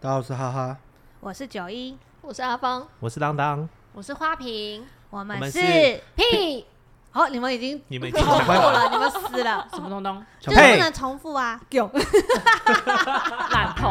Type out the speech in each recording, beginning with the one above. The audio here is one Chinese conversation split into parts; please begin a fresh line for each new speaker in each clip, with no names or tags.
大家好，我是哈哈。
我是九一，
我是阿芳，
我是当当，
我是花瓶，
我们
我们
是
是
屁
好、你们已经
你们已 经
重复
讲完
了，你们撕 了，
什么东东
就是
小
不
佩
能重复啊。有，
烂透。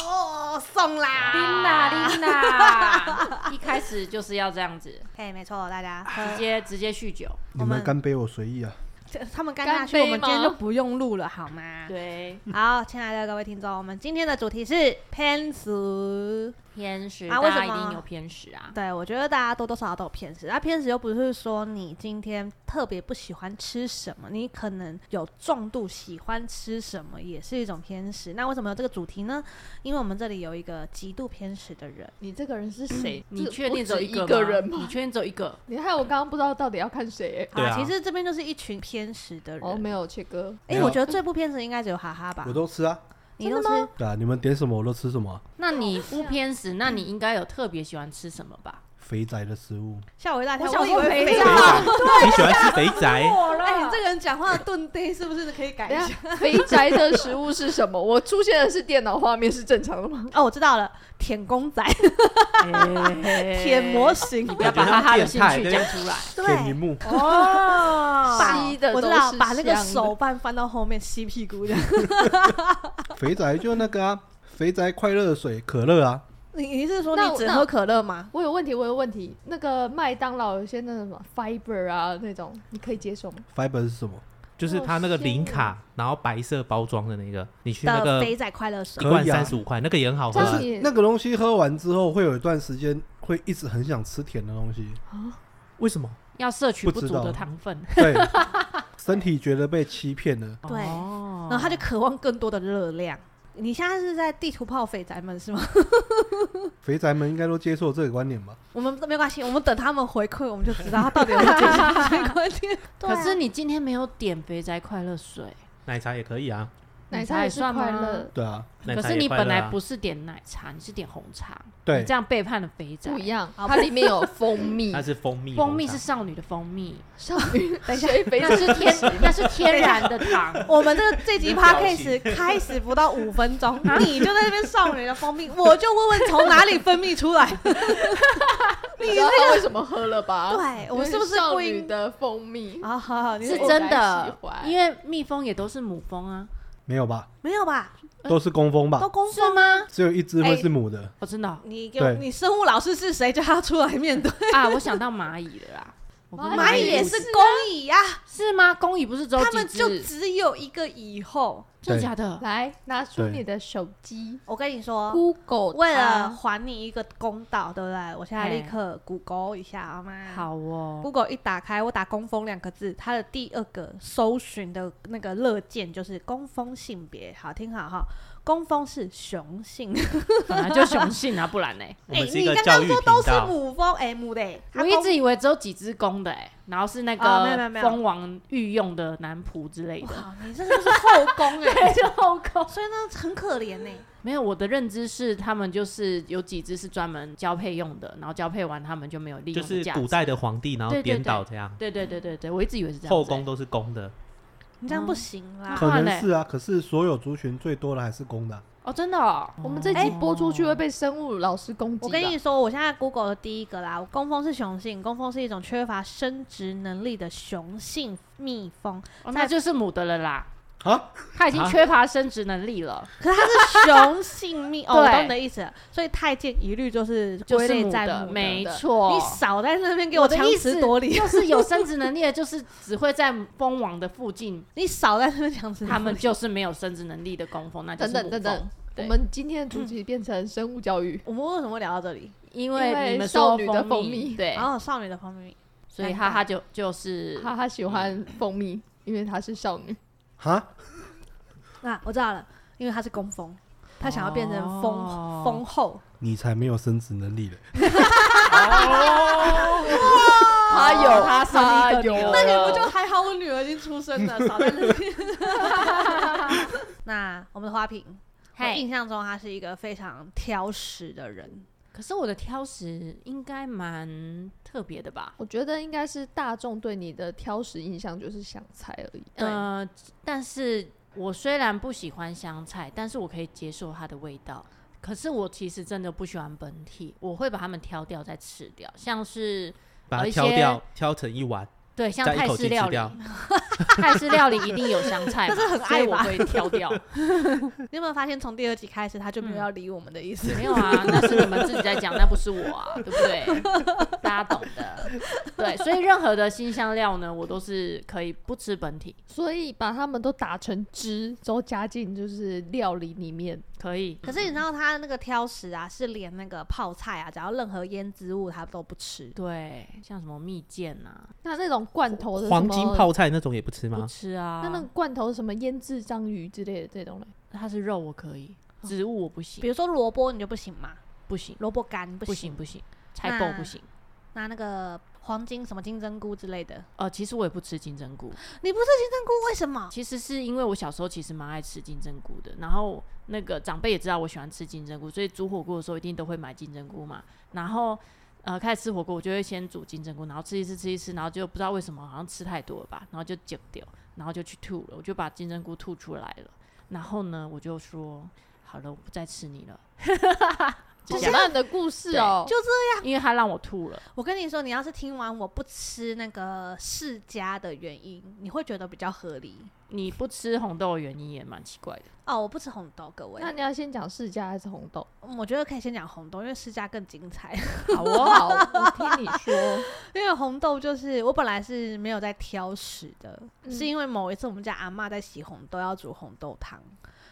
哦，送啦，
琳娜，琳娜，一开始就是要这样子，
嘿，没错，大家喝
直接直接酗酒。
你
我
们
们
干杯，我随意啊。
这他们干
干
下去，我
杯
们今天
吗
就不用录了，好吗？
对，
好，亲爱的各位听众，我们今天的主题是偏食。
偏食，
啊
大
为什
家
么
一定有偏食啊。
对，我觉得大家多多少少都有偏食，那偏食又不是说你今天特别不喜欢吃什么，你可能有重度喜欢吃什么，也是一种偏食。那为什么有这个主题呢？因为我们这里有一个极度偏食的人，
你这个人是谁？
你
这
确定只有
我只
个
一
吗
个人
你
吗？
确定只有一个？
你害我刚刚不知道到底要看谁欸、
对啊
其实这边就是一群偏食的人。
哦，没有，切哥，
没
哎、
有
我觉得最不偏食应该只有哈哈吧
我。都吃啊，
你都吃
对啊，你们点什么我都吃什么啊、
那你不偏食，那你应该有特别喜欢吃什么吧？
肥宅的食物，
吓我一大跳，
我想
以
说
为
肥
肥
皂
皂。
你喜欢吃肥宅？
哎、你这个人讲话的顿呆是不是可以改一
等
下
一？下肥宅的食物是什么？我出现的是电脑画面，是正常的吗？
哦，我知道了，舔公仔、哎舔模型，
哦
你不要把哈哈的兴趣
感觉
讲
像
出来。
点
对
荧，幕，
哦
吸的
我知
都
道，
是
把那个
香的
手腕翻到后面吸屁股的。
肥宅就那个啊，肥宅快乐水可乐啊，
你你是说
那
你
我
只
那
喝可乐吗？
我有问题，我有问题。那个麦当劳有些那什么 fiber 啊那种，你可以接受吗？
fiber 是什么？
就是它那个零卡，然后白色包装的那个，你去那
的
个
肥仔快乐水
一罐
可以啊
三十五块，那个也很好喝
这样
啊。
子也
那个东西喝完之后，会有一段时间会一直很想吃甜的东西，
为什么？
要摄取不足
不知道
的糖分。
对，身体觉得被欺骗了。
对
哦
然后他就渴望更多的热量。你现在是在地图炮肥宅们是吗？
肥宅们应该都接受这个观念吧？
我们没关系，我们等他们回馈，我们就知道他到底有没有接受这个观念。对啊
可是你今天没有点肥宅快乐水，
奶茶也可以啊，
奶茶也是快
奶茶也算
乐
吗，
对啊，
奶
可
茶
是
也
你
快乐啊
本来不是点奶茶，你是点红茶，
对
你这，样背叛了肥仔
不。一样，
好
它里面有蜂蜜
它。是蜂蜜红茶，
蜂蜜是少女的 蜂蜜，
少女，等一下，肥
那
宅
是天那是天然的 糖。
我们这个这集
你的表
podcast
情
开始不到五分钟，你就在那边少女的蜂蜜，我就问问从哪里分泌出来？
你知道他为什么喝了吧？
对我
因为
是不是
少
故
女
意？
的蜂蜜？
啊，好好，你
是
说
我
真
才喜
的，
欢
因为蜜蜂也都是母蜂啊，
没有吧？
没有吧？
都是工蜂
都哎
吧？
公
是
分？
吗？
只有一只会是母的。
我真的哦
你给我，
对
你生物老师是谁？叫他出来面对。
啊，我想到蚂蚁了啦。我不
蚂蚁也是公蚁呀、
是吗？公蚁不是只有
他
啊几
们就
只？
只有一个蚁后。
真的假的？
来，拿出
对
你的手机啊
我跟你说，
啊
，Google 它。
为了还你一个公道，对不对？我现在立刻 Google 一下好吗？
好哦，
，Google 一打开，我打“工蜂”两个字，它的第二个搜寻的那个乐键就是工蜂性别。好，听好哈，工蜂是雄性。
本来就雄性啊，不 然呢？
我
哎
们是一
你
个
刚
教
刚
育
说
频
都是
道，
母蜂，哎、母的、欸。它
我一
公
直以为只有几只公的哎，然后是那
哦没有没有
个
没有
蜂王御用的男仆之类的，
哇，你这就是后 宫哎、
就后宫。
哦
所以呢很可怜呢、
没有，我的认知是他们就是有几只是专门交配用的，然后交配完他们就没有利
就
用的
是
价值。
古代的皇帝，然后
对对
颠倒这样，
对对对对对，我一直以为是这样子欸。
后宫都是公的，
你
嗯
这样不行啦。
可
换嘞
能是啊，可是所有族群最多的还是公的啊、
哦，真的哦，
我们这集播出去会被生物老师攻击啊吧。
我跟你说，我现在 Google 的第一个啦，工蜂是雄性，工蜂是一种缺乏生殖能力的雄性蜜蜂，
哦那就是母的了啦，
啊，
它已经
啊
缺乏生殖能力了，
可是它是雄性 蜜哦，我
对
懂你的意思了，所以太监一律就是
就
归
是
类
母
在
的，
母
没
的
错
你。少在那边给
我的
强
意
词
思
夺 理，
就是有生殖能力的，就是只会在蜂王的附 近，
你少在那边强词夺理。
他们就是没有生殖能力的工蜂，那就是
等等
母
等等
蜂。，
我
对
们今天的主题变成生物教育。
我们为什么会聊到这里？
因
因
为
为
你们说
少女的蜂蜜
蜜，啊哎对
然，后少女的蜂蜜，
所以哈哈就就是 哦
哈哈喜欢蜂蜜，因为她是少女。
哈，
啊，我知道了，因为她是工蜂，她想要变成蜂
哦
蜂后。
你才没有生殖能力嘞！
他有，
他生
他
一个
哦
女
有
儿
那你不就还好？我女儿已经出生了，少在这里。 那我们的花瓶，我
嘿
印象中他是一个非常挑食的人，
可是我的挑食应该蛮特别的吧？
我觉得应该是大众对你的挑食印象就是香菜而已。嗯
对
呃，但是我虽然不喜欢香菜，但是我可以接受它的味道。可是我其实真的不喜欢本体，我会把它们挑掉再吃掉，像是
把
有
它
一
挑
些
掉，挑成一碗，
对，像
再一
泰
口
式
气吃
料理
掉，
泰式料理一定有香菜 嘛，
但是很
所以
爱
我
吧
会挑掉。
你有没有发现从第二集开始他就没有
嗯
要理我们的 意思？
没有啊，那是你们自己在讲，那不是我啊，对 不对？大家懂的。对，所以任何的新香料呢，我都是可以不吃本体，
所以把它们都打成汁，之后加进就是料理里面。
可以。
可是你知道他那个挑食啊，是连那个泡菜啊，只要任何腌制物他都不吃。
对，像什么蜜饯啊，
那那种罐头的
黄
什么
金，泡菜那种也不吃
不
吗？
吃啊。
那那种罐头什么腌制章鱼之类的这种嘞，
它是肉我可以，嗯植物我不行
比，如说萝卜你就不行嘛，
不行，
萝卜干不
不
行，
行，不行，菜爆
那
不行。
那那个黄金什么金针菇之类的，
呃，其实我也不吃金针菇，
你不吃金针菇为什么？
其实是因为我小时候其实蛮爱吃金针菇的，然后那个长辈也知道我喜欢吃金针菇，所以煮火锅的时候一定都会买金针菇嘛。然后呃，开始吃火锅，我就会先煮金针菇，然后吃一次吃一次，然后就不知道为什么好像吃太多了吧，然后就剪掉，然后就去吐了，我就把金针菇吐出来了。然后呢，我就说好了，我不再吃你了，就
好
这样，
烂的故事哦、
就
因为他让我吐了。
我跟你说，你要是听完我不吃那个世家的原因，你会觉得比较合理
你不吃红豆的原因也蛮奇怪的，
哦。我不吃红豆，各位
那，你要先讲释迦还是红豆？
嗯我觉得可以先讲红豆，因为世家更精彩。
好哦，好，我听你说。
因为红豆就是我本来是没有在挑食的，
嗯
是因为某一次我们家阿嬷在洗红豆，要煮红豆汤，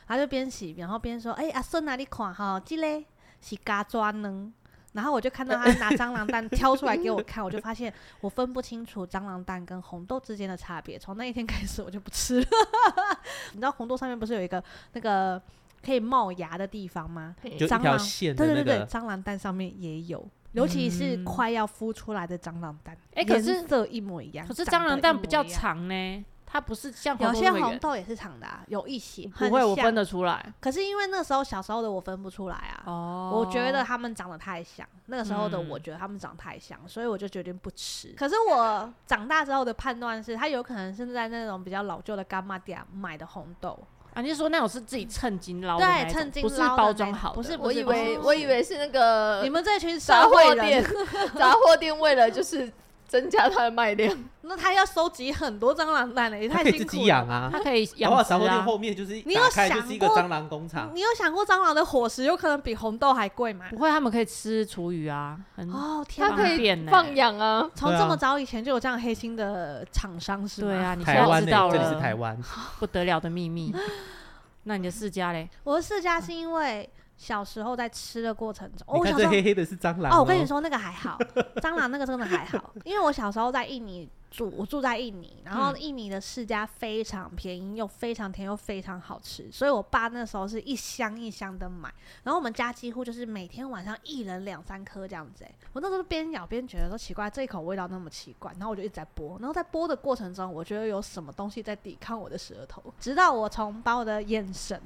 她就边洗，然后边说：“哎、阿孙哪里款哈，这嘞洗嘎抓呢。”然后我就看到她拿蟑螂蛋挑出来给我看，我就发现我分不清楚蟑螂蛋跟红豆之间的差别。从那一天开始，我就不吃了。 你知道红豆上面不是有一个那个可以冒芽的地方吗？
就一
蟑
条
螂
线的
对
那
对对对，
个，
蟑螂蛋上面也有，尤其是
嗯
快要孵出来的蟑螂蛋，
哎可是
颜色一模一样。
可是
啊长
蟑
得
螂
一
蛋
模
比较
一样，
长呢，它不是像红
有
豆
些
那么
红
圆
豆也是长的、啊，有一些
不会，我分
的。
得出来。
可是因为那时候小时候的我分不出来啊。
哦
我觉得它们长得太像，那个时候的
嗯
我觉得它们长得太像，所以我就决定不吃。可是我长大之后的判断是，它有可能是在那种比较老旧的干妈店买的红豆，
啊，你是说那种是自己称斤捞的那一
对，
种，
称斤
不是
捞的
包
那
装
种
好的，
不是，不
我
是
以
不是
为
不
我
是
以为是那
你
个
们这群社
呃杂
会
货
人
店， 杂货店为了就是增加它的卖量，
那他要收集很多蟑螂蛋了，欸也
它
太
可以
辛
自
苦
己
了
养啊。
它可以
然后
养殖
杂货店
啊。
后面就是
你
一
有
打开就是一个
想过
蟑螂工厂，
你有想过蟑螂的伙食有可能比红豆还贵吗
不？会，他们可以吃厨余啊，很
哦，天
它
方
可
哪！
以
便呢。
放养啊。
从
对啊
这么早以前就有这样黑心的厂商是吗？
对，啊，你现
台
在
湾
知
呢、
道
这里是
了，
台湾，
不得了的 秘密。那你的世家嘞？
我的世家是因为小时候在吃的过程中，哦，
你
我
看
小时
这
候
黑黑的是蟑螂、
哦，我跟你，说那个还 好，蟑螂那个真的还好，因为我小时候在印尼住，我住在印尼，然后
嗯
印尼的世家非常便宜，又非常甜，又非常好吃，所以我爸那时候是一箱一箱的买，然后我们家几乎就是每天晚上一人两三颗这样子、欸。我那时候边咬边觉得说奇怪，这一口味道那么奇怪，然后我就一直在剥，然后在剥的过程中，我觉得有什么东西在抵抗我的舌头，直到我从把我的眼神。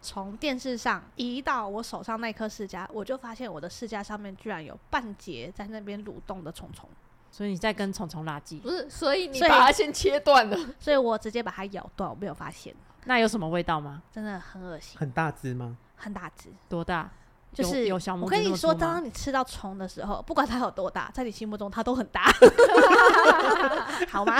从电视上移到我手上那颗释迦，我就发现我的释迦上面居然有半截在那边蠕动的虫虫，
所以你在跟虫虫垃圾，
不是，所以你
所以
把它先切断了。
所以我直接把它咬断，我没有发现，
那有什么味道吗？
真的很恶心，
很大只吗？
很大只。
多大？
就
有
是
有小拇指
我跟
那
你
么
说，
粗吗
当你吃到虫的时候，不管它有多大， 在你心目中它都很大， 好吗？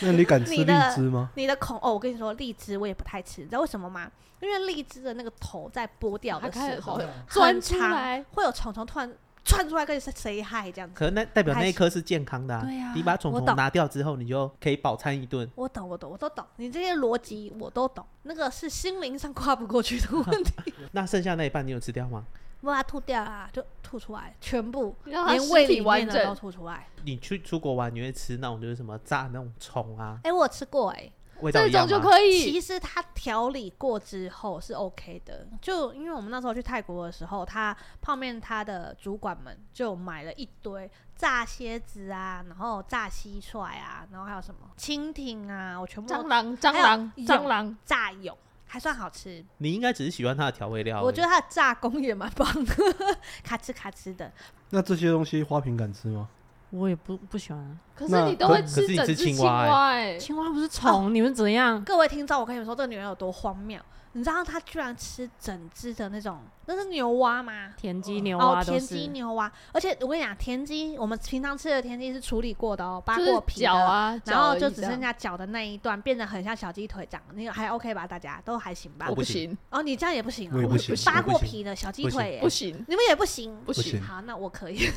那你敢吃
你
荔
的
枝吗？
你的恐哦，我跟你说，荔枝我也不太吃，你知道为什么吗？因为荔枝的那个头在剥掉的
开
时
始
候，
钻
很
出
长，
来，
会有虫虫突然窜出来跟你 say hi 这样子。
可能那代表那一颗是健康的、啊，
对啊
你把虫
我
虫
懂
拿掉之后，你就可以饱餐一顿。
我懂，我懂，我都懂，你这些逻辑我都懂，那个是心灵上跨不过去的问题。
那剩下那一半你有吃掉吗？
我把它吐掉啦，就吐出来，全部
让它
连
尸
胃
体
里
完
面的都
整。
吐出来。
你去出国玩，你会吃那种就是什么炸那种虫啊？
哎、我有吃过哎、
味道
这
一样
种
吗
就可以
其实它调理过之后是 OK 的，就因为我们那时候去泰国的时候，他泡面他的主管们就买了一堆炸蝎子啊，然后炸蟋蟀啊，然后还有什么蜻蜓啊，我全部
蟑
都
螂蟑
还有
螂
蛹
蟑螂，
炸蛹，还算好吃。
你应该只是喜欢它的调味料而已。
我觉得它的炸工也蛮棒的， 咔哧咔哧的。
那这些东西花瓶敢吃吗？
我也不不喜欢啊。
可是
那
你都
可
会
可
吃
是你
整
吃
只
青
青
蛙欸
蛙哎，
青蛙不是虫，你们怎样？
各位听众，我跟你们说，这个女人有多荒谬，你知道她居然吃整只的那种，那是牛蛙吗？
田鸡、牛
哦
蛙，都
田
是。
鸡、牛蛙，而且我跟你讲，田鸡我们平常吃的田鸡是处理过的哦，扒
哎就
过
是
皮的
脚，啊，
然
脚
后
而
就
已
只
这样
剩下脚的那一段，变得很像小鸡腿长，那个还 OK 吧？大家都还行吧
我？
不
不
行
行
哦，你这样也不行
我也
哦，
不行，
扒
我不
过
行
皮的小鸡
不行
腿
不
耶，
行
你们也不行。
不
不行
行，
好，那我可以。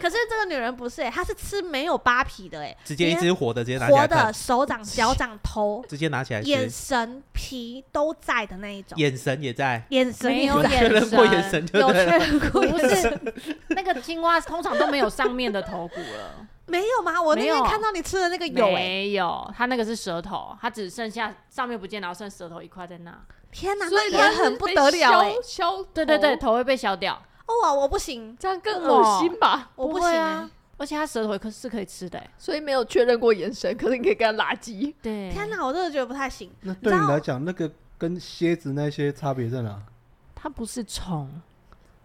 可是这个女人不是哎，她是吃没有扒皮的哎，
直接一只活的直接拿起
活
来看
的，手掌、脚掌、头、
直接拿起来吃，
眼神、皮都在的那一种，
眼神也在，
眼神
没
也
有
在
确认过眼
眼
神就
有
对
确
了。
认过
不
眼神
是那个青蛙，通常都没有上面的头骨了，
没有吗？我那
没
天
有
看到你吃的那个有哎、
没有？它那个是舌头，它只剩下上面不见，然后剩舌头一块在那。
天哪，
所
那
以
也
它
很
是
不
被
得了哎、
削，削
对对对，
头，
头会被削掉，
哦哇，我不行，
这样更
哦
恶心吧？
我不
会
行、
啊。而且它舌头可是可以吃的欸，
所以没有确认过眼神，可是你可以跟他垃圾。
对
哎天哪，我真的觉得不太 行。
那对你来讲，那个跟蝎子那些差别在哪？
它不是虫，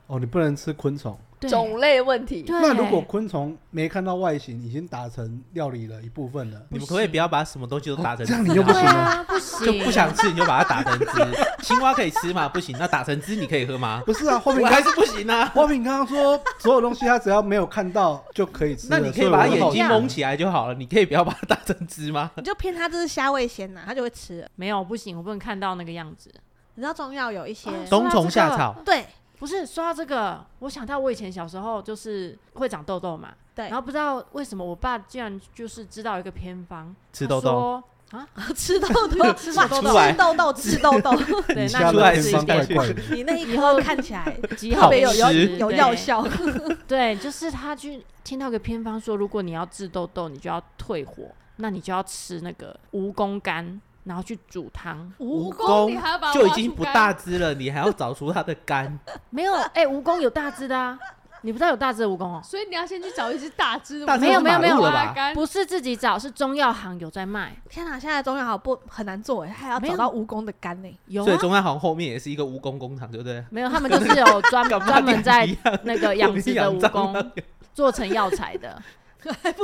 哦，你不能吃昆虫。
对
种类问题，
对。
那如果昆虫没看到外形，已经打成料理了一部分了，
你们可不可以不要把什么东西都打成汁
哦这
啊？
样你就不
对
行了。
啊，不行，
就不想吃你就把它打成汁。青蛙可以吃吗？不行，那打成汁你可以喝吗？
不是 啊，花瓶
我还是不行啊。
花瓶刚刚说所有东西，他只要没有看到就可以吃
那
了。
你可以把
所我
它眼
好
睛
奇
蒙起来就好了，你可以不要把它打成汁吗？
哎
你就骗他这是虾味鲜呐、他就会吃了。
没有不行，我不能看到那个样子。
你知道中药有一些、
哦
冬虫夏草，
对
不是说到这个，我想到我以前小时候就是会长痘痘嘛，
对
然后不知道为什么我爸竟然就是知道一个偏方，
吃痘痘，
他说啊，
吃痘痘，
吃
哇
痘
出来
吃豆豆，吃豆 豆，
对，
你
那
下
出
就
的
来
地
是
吃
一
方怪
点
怪 的。
你那一颗看起来
极
特
好
别有有
吃
有
对
药效。
对，就是他去听到一个偏方说，如果你要治痘痘，你就要退火，那你就要吃那个蜈蚣干，然后去煮汤。
蜈
蚣
你还要把它
就已
挖
经
出
不
肝
大只了，你还要找出它的肝，
没
啊
有，哎、蜈蚣有大只的啊，你不知道有大只的�ug蚣哦、
所以你要先去找一只大只的
大
蜈蚣，
只
没有没有没有
马路了
挖
吧
哎
干
不是自己找，是中药行有在卖，
天哪，现在中药好不很难做哎，还要
没
找
有
到蜈蚣的肝 呢、
有
所
啊
以，中央行后面也是一个蜈蚣工厂，对 不对？
没有，他们就是有专
搞不好
专门在
一样
那个养殖的蜈
我们养
蚣做成药材的。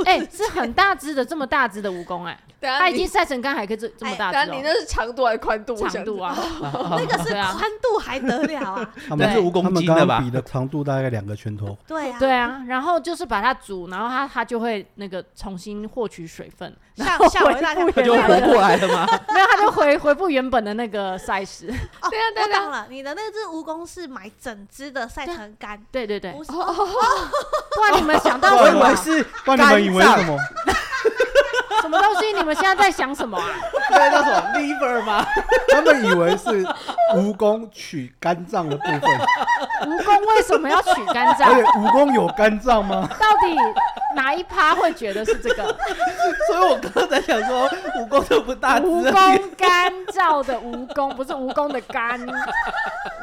哎、是很大只的，这么大只的蜈蚣哎、
等下
它已
你
经晒成干还可以这这么大
等
只、
下哎
哦，
你那是长度还是宽度？我想
长度
知
啊，
哦
那个是
对啊
宽度还得了 啊？
他们
对是
蜈蚣
他们
精的
刚
吧
刚比的长度大概两个拳头，
对啊，
对啊，然后就是把它煮，然后它它就会那个重新获取水分，
吓
然后
吓我一大跳
恢复
它就
原
活
本的，
过来了吗？
没有，它就回回复原本的那个 size。
哦，
对啊对
我
啊对啊
懂了，你的那只蜈蚣是买整只的晒
对啊
成干，
对对哦对，
不
哦
是
不然你们 想到
我
什
以
么啊
为？是
不
肝
然
脏，
你们以为什么？
什么东西？你们现在在想什么啊？
那叫什么 liver 吗？
他们以为是蜈蚣取肝脏的部 分，
蜈蚣为什么要取肝 脏
而？且蜈蚣有肝脏吗？
到底哪一趴会觉得是这个？
所以我刚刚在想说，蜈蚣都不大只
蜈
而 已，
蚣干燥的蜈蚣，不是蜈蚣的 干。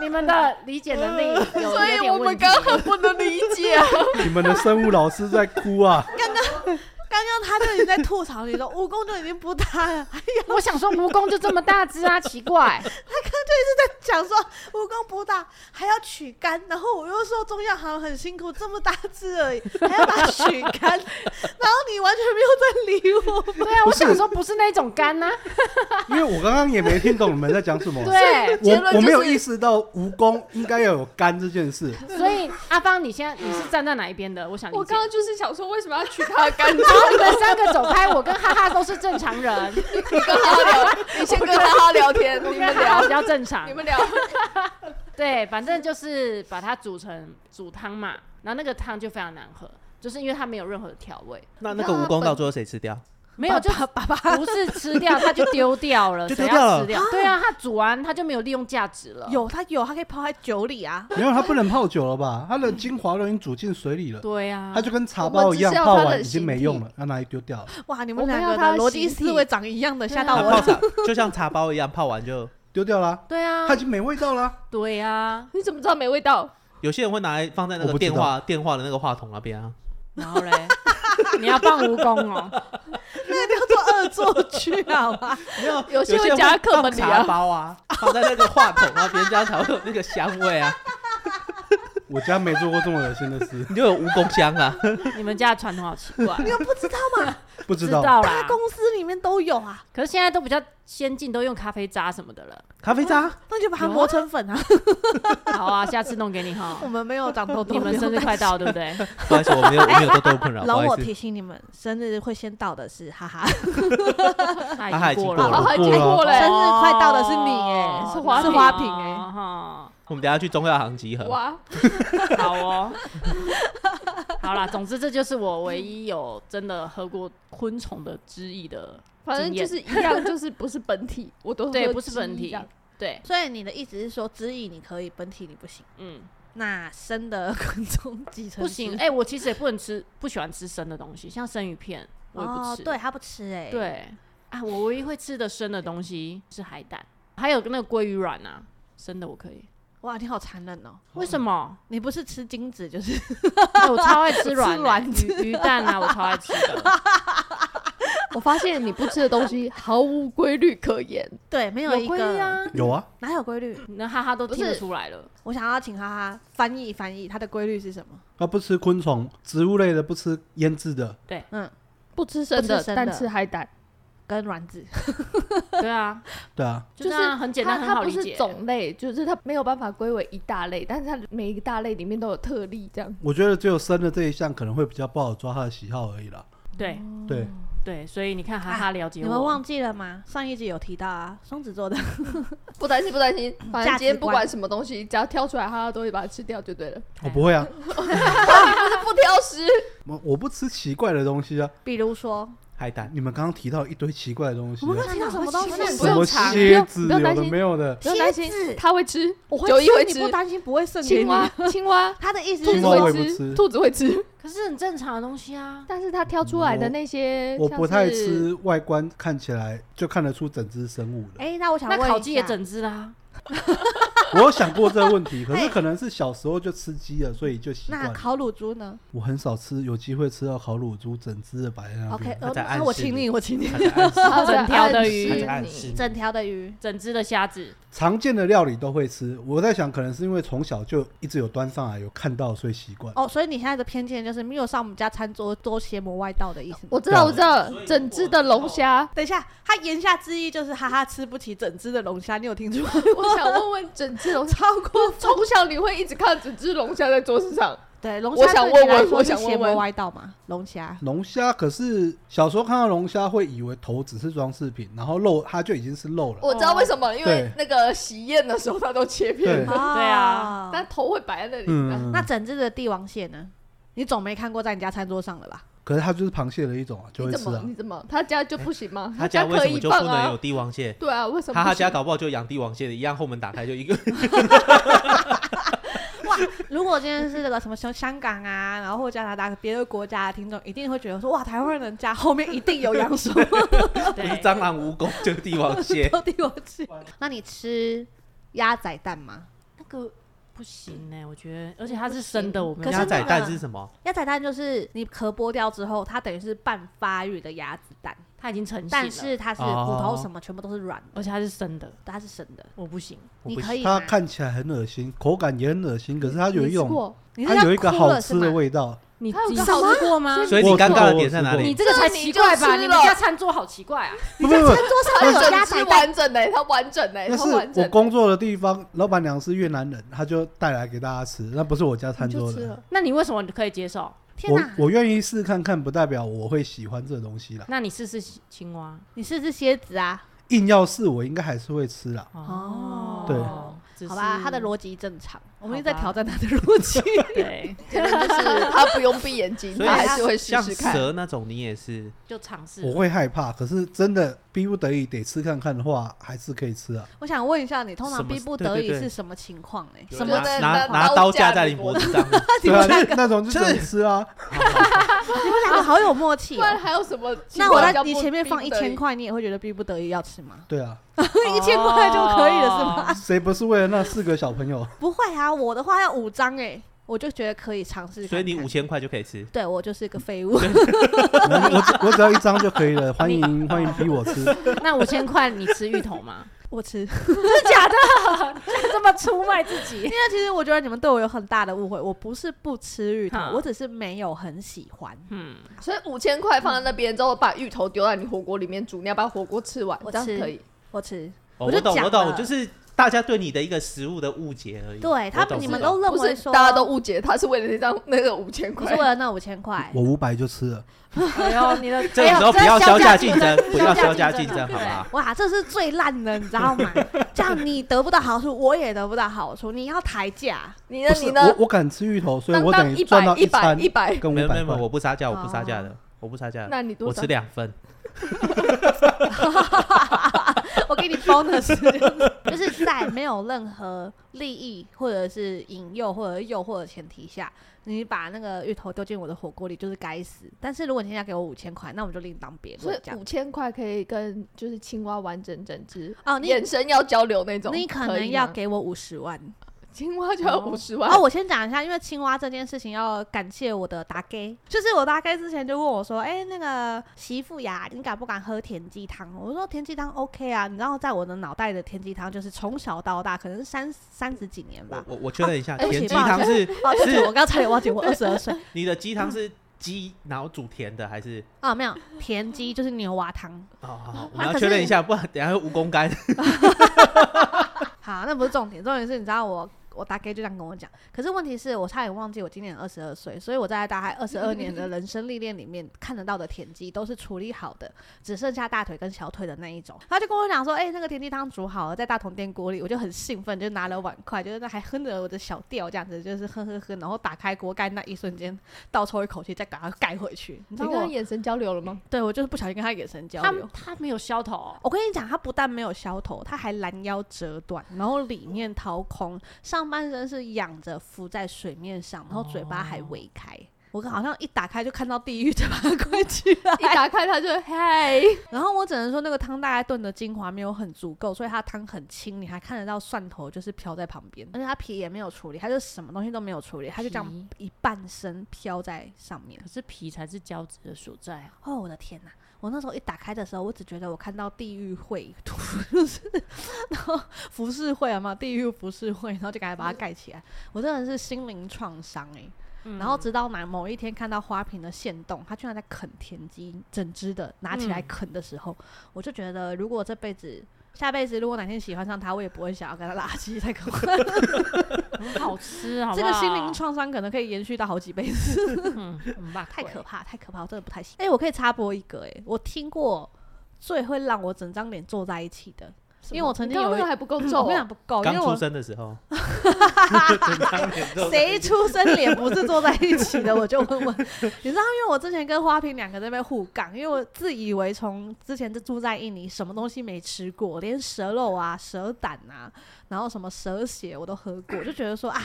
你们的理解能力有有
所以
点
我们
问题
刚。刚不能理解啊，
你们的生物老师在哭啊！
刚刚他就已经在吐槽你说蜈蚣就已经不大了，还
我想说蜈蚣就这么大只啊，奇 怪。
讲说蜈蚣不大还要取干，然后我又说中药行很辛苦，这么大只而 已还要把它取干，然后你完全没有在理我 们。
对啊，
不
我
是
想说不是那种啊干呐、
因为我刚刚也没听懂你们在讲什么。
对，啊
结论
我
就是
我没有意识到蜈蚣应该要有肝这件事，
所以阿芳，你现在你是站在哪一边的？我想理解
我刚刚就是想说，为什么要取它的肝脏？
然后你们三个走开，我跟哈哈都是正常人，
你跟哈哈 聊，你先跟哈哈聊天， 你
我
们
跟哈哈
聊
比，较正常
你。们聊。
对，反正就是把它煮成煮汤嘛，然后那个汤就非常难喝，就是因为它没有任何的调味。
那那个蜈蚣到最后谁吃掉？
没有就
爸爸爸
不是吃掉，它就丢掉了，
就
谁
丢掉
要
了
吃掉？对啊，它煮完它就没有利用价值了。
有它有，它可以泡在酒里啊。
然后它不能泡久了吧？它的精华都已经煮进水里了，
对啊，
它就跟茶包一样，泡
我们
完已
只是要它的
经没用了，要拿去丢掉了，
哇，你们
我们
两
要
个
它
的
的
逻辑
形体
思维长一样的，吓
对啊
到
它
我
泡
了。
茶就像茶包一样，泡完就
丢掉啦，
对啊
它，已经没味道啦。
对啊，
你怎么知道没味道？
有些人会拿来放在那
我
个
不知
电
道
话电话的那个话筒那边啊。
然后嘞，你要放蜈蚣哦，
那叫做恶作剧好 吗？
没有，
有
有
些会
些人
加
会
课
放
本里啊
茶包啊，放在那个话筒那边，这样才会有那个香味啊，，
我家没做过这么恶心的事
你就有蜈蚣香啊。
你们家的传统好奇怪，
你又不知道嘛？
不知道。
道
大
啦。
公司里面都有啊，
可是现在都比较先进，都用咖啡渣什么的了。
咖啡渣，
那就把它
有啊
磨成粉啊。
好啊，下次弄给你 哈
我。们没有长痘痘，
你们
不
生
用
日
担
快
心
到，对不对？
不好意思，我没有我没有痘痘困
啊
扰，不
容
好
我
意思。
提醒你们，生日会先到的是哈哈，
他
已经过了
啊，
我
还
过
经
了
过
生
嘞，
日快到的是你耶，
哦
是花
是
瓶
花瓶哎，
哈，
我们等一下去中药行集合。
哇，
好哦，好啦，总之这就是我唯一有真的喝过昆虫的汁液的，
反正就是一样，就是不是本体，我都喝
对，不是
鸡
本
一
体
样，
对，
所以你的意思是说，知意你可以，本体你不行。
嗯，
那生的 昆虫寄生
不
之
行，哎、我其实也不能吃，不喜欢吃生的东西，像生鱼片我也不
哦
吃，，
对，他不吃哎，，
对啊，我唯一会吃的生的东西是海胆，还有那个鲑鱼卵啊，生的我可以，
哇，你好残忍哦，
为什么？
你不是吃精子就是
哎我超爱 吃卵、
吃卵
欸鱼鱼蛋啊，我超爱吃 的，
我发现你不吃的东西毫无规律可 言，
对，没一
鲑鱼
个
啊，
有啊，
哪有规律？
那哈哈都
不
听得
是
出来了。
我想要请哈哈翻译翻译它的规律是什么？
它不吃昆虫，植物类的不吃腌制的，
不吃生
不
的
吃，生的
但吃海胆，
跟卵子，
对啊，
对啊，
就
就是
这样很简单，
它
很好
它不
理
是
解。
种类，就是它没有办法归为一大类，但是它每一个大类里面都有特例，这样
我觉得只有生的这一项可能会比较不好抓它的喜好而已啦。
对
哦
对，
对，所啊以你看哈哈了解
你
我，
们忘记了吗？上一集有提到啊，双子座的
不担心不担心，反正今
价值
天
观
不管什么东西，只要挑出来，哈哈都会把它吃掉就对了，
我不会啊，
就是不挑食。
我我不吃奇怪的东西啊。
比如说，
海胆，
你们刚刚提到一堆奇怪的东西
我
啊、
们刚刚提到什么东西？
不
什
用
么
查
蝎子
不用
有
担
的
心
没有的，
不用担心
蝎子，
它会吃，
我会
九一会
吃，
吃
你不担心不会剩给
青
你？
蛙， 青蛙，
他的意思
兔
是
青
子
蛙我
说
也
会
不
吃，
吃
兔子会吃，
可是很正常的东西啊。
但是它挑出来的那些，
我不太
像是
吃外观看起来就看得出整只生物的。
哎、那我想
那
问
烤
一
鸡也
下，
整只啊啦，
我有想过这个问 题，可
哎
是可能是小时候就吃鸡了，所以就习惯
那
了。
烤乳猪呢
我很少吃，有机会吃到烤乳猪整只的摆在那
？OK，
边。
呃
嗯他在暗
那
示
我请你，我请你
它。在暗示
它在
整条的
暗示
鱼
它
你
在暗示你，
整条的鱼，
整只的 虾子，
常见的料理都会吃，我在想可能是因为从小就一直有端上来，有看到所以习惯。
哦，所以你现在的偏见就是没有上我们家餐桌多邪魔外道的意思吗。
我知道，我知道，整只的龙虾，
等一下，他言下之意就是哈哈吃不起整只的龙虾，你有听出来？
我想问问整只龙虾，超过从小你会一直看整只龙虾在桌子上，
对，龙虾
我想
对你
问
来
问
说
我
是
想
邪
问
魔
问
歪道嘛？龙虾
龙虾可是小时候看到龙虾会以为头只是装饰品，然后肉它就已经是肉了。
我知道为什么，因为
哦对
那个喜宴的时候它都切
对
片 嘛，
啊
对啊
嗯
但头会摆在那里的。
嗯，
那整只的帝王蟹呢？你总没看过在你家餐桌上了吧？
可是它就是螃蟹的一种啊，就会
你怎
吃
么
啊。
你怎么他家就不行吗？
他
嗯家
家为
可
什么
以
就不
放
能有
啊？
帝王蟹？
对啊，为什么
他
不
他
行？
家搞不好就养帝王蟹的一样，后门打开就一个。
如果今天是那个什么香香港啊，然后或加拿大别的国家的听众，一定会觉得说哇，台湾人家后面一定有杨 树，
不
对
是，蟑螂、蜈蚣就是帝王蟹。
到底我去。那你吃鸭仔蛋吗？
那个不行欸呢、我觉得，而且它是生的，我没
可
有
是
鸭
办
那
法。
仔蛋
个
是什么？
鸭仔蛋就是你壳剥掉之后，它等于是半发育的鸭子蛋，
它已经成型了，哦
但是它是骨头什么全部都是软的，
而且它是生的，
它是生的。
我不行。
我
你
不
可以
它
吗？
看起来很恶心，口感也很恶心，可是它有一
你吃
种
过？
你是
它有一个
要哭
好
了是
吃的
吗？
味 道。
你
它有
你
个
吃
好
过吗？
嗯
所以
我
你
吃
尴
过
尬的
我
点
吃
在哪
过
里
你？这个才
这你
奇
就
怪
吃
吧？
了
你们家餐桌好奇怪啊！
不不不，
它
有鸭仔
整只
蛋
完整的欸，它完整的欸，
那
它完
是我
整。
工作的地方，老板娘是越南人，她就带来给大家吃，那不是我家餐
你就
桌
吃
的
了。，
那你为什么可以接受？
天
我
哪！
我愿意试看看，不代表我会喜欢这东西啦。
那你试试青蛙
你是只蝎子啊？
硬要试，我应该还是会吃啦。
哦
对
只
好吧，
是
它的逻辑正常。我们一直
好
在挑战
吧
他的入侵。
对，
结论就是他不用闭眼 睛，
所以
他还是会试
像
试看。
蛇那种，你也是
就尝试
我会害怕，可是真的逼不得已得吃看看的话，还是可以吃 啊。
我想问一下，你通
什
常
么
逼不
对
得
对
已
对
是什么情况？哎，
有
什
人
么
对对
拿
拿
拿拿
刀
刀
架
架在
你
你
脖
脖子上 面，
对啊，那那种就只能吃啊。
你们两个好有默契
不
哦、
然还有什么情
那我
况比
在
较不？
你前面放一
啊逼不得已
千，块，你也会觉得逼不得已要吃吗？
对啊，
一千块就可以了是吗？
哦
谁不是为了那四个小朋友？
不会啊，我的话要五张哎、我就觉得可以尝试看看。
所以你五千嗯块就可以吃。
对我就是一个废物。
我只我只要一张就可以 了，欢迎欢迎逼我吃。
那五千块你吃芋 头吗？
我 吃，因
真的假的？这么出卖自己？
为其实我觉得你们对我有很大的误会，我不是不吃芋头
哈，
我只是没有很喜欢。
嗯，
所以五千块放在那边之后，把芋头丢在你火锅里面煮，你要把火锅吃完，
我
这样
吃
可以。
我吃，
哦
我就
我懂，
讲
我懂，
了
就是大家对你的一个食物的误解而已。
对他
哎我懂
们，你们
我懂
都认
不
为
是
说
大家都误解，他是为了那张那个五千
不
块
是为。了那五千块，
我五百就吃了，
哎呦，你的
这个时候不要削价竞
哎
争，不要削价竞
竞争
争，好不好？
哇，这是最烂的，你知道 吗？这样你得不到好处，我也得不到好处，你要抬价。
你呢
不？
你
是
呢？
我我敢吃芋头，所以
当
我等
当
于
一
赚
百
到
一百
餐
一百，
跟
没
五
有没
百
有没
块
有，。我不杀
哦
价，我不杀价的，我不杀
嗯
价的，
那你多
我
少
吃？两份。
我给你 bonus，就是 在没有任何利益或者是引诱或者诱惑的前提下，你把那个芋头丢进我的火锅里就是该死。但是如果你现在给我五千块，那我们就另当别
所以
论。这样
五千块可以跟就是青蛙完整整只，
哦，你
眼神要交流那种。
你可能
以
要
吗啊
给我五十万。
青蛙就要五十万
哦，，我先讲一下，因为青蛙这件事情要感谢我的大哥，就是我大哥之前就问我说，哎、那个媳妇呀，你敢不敢喝田鸡汤？我说田鸡汤 OK 啊，你知道在我的脑袋的田鸡汤就是从小到大，可能是三三十几年
我
吧。
我我确认一下，
哎
甜
不
鸡
行不好
汤
意
是
哦，对不起，
是
我刚才差点忘记我二十二岁
你的鸡汤是鸡然后煮甜的还是？
啊，没有田鸡就是牛蛙汤。
哦，好好，
啊
我们要
可
确认
是
一下，不然等一下会蜈蚣干。
好，那不是重点，重点是你知道我我大概就这样跟我讲，可是问题是我差点忘记我今年二十二岁，所以我在大概二十二年的人生历练里面看得到的田鸡都是处理好的，只剩下大腿跟小腿的那一种。他就跟我讲说，哎、那个田鸡汤煮好了，在大同电锅里，我就很兴奋，就拿了碗筷，就是那还哼着我的小调这样子，就是哼哼哼，然后打开锅盖那一瞬间倒抽一口气，再把它盖回去。你
你
知道
跟他
我，
眼神交流 了吗？
对我就是不小心跟他眼神交
他
流。
他没有削头哦，
我跟你讲，他不但没有削头，他还拦腰折断，然后里面掏空，上半身是仰着浮在水面上，然后嘴巴还微开。我好像一打开就看到地狱，就把它关起
一
来。
打开他就嗨，
然后我只能说，那个汤大概炖的精华没有很足够，所以它汤很清，你还看得到蒜头就是飘在旁边，而且它皮也没有处理，它就什么东西都没有处理，它就这样
皮
一半身飘在上面。
可是皮才是胶质的所在 啊。
哦，我的天哪！我那时候一打开的时候，我只觉得我看到地狱会 图，就是然后服饰会啊嘛，地狱服饰会，然后就赶快把它盖起来。我真的是心灵创伤哎。然后直到哪某一天看到花瓶的线动，它居然在啃田鸡，整只的拿起来
嗯
啃的时候，我就觉得如果这辈子。下辈子如果哪天喜欢上它，我也不会想要跟它拉圾 再跟我。
很好吃，啊好
嗯
不
这
好
个心灵创伤可能可以延续到好几辈子。
嗯很棒，
太可怕，太可怕，我真的不太行。哎、我可以插播一个、哎，我听过最会让我整张脸皱在一起的，因为我曾经
你刚
有一嗯
刚那个，还不够
我
皱
跟你
哦，
讲不够，因
刚
为
出
我
生的 时候，
谁出生脸不是皱在一起的，我就问 问，你知道，因为我之前跟花瓶两个在那边互杠，因为我自以为从之前就住在印尼，什么东西没吃过，连蛇肉啊、蛇胆啊，然后什么蛇血我都喝过，就觉得说啊，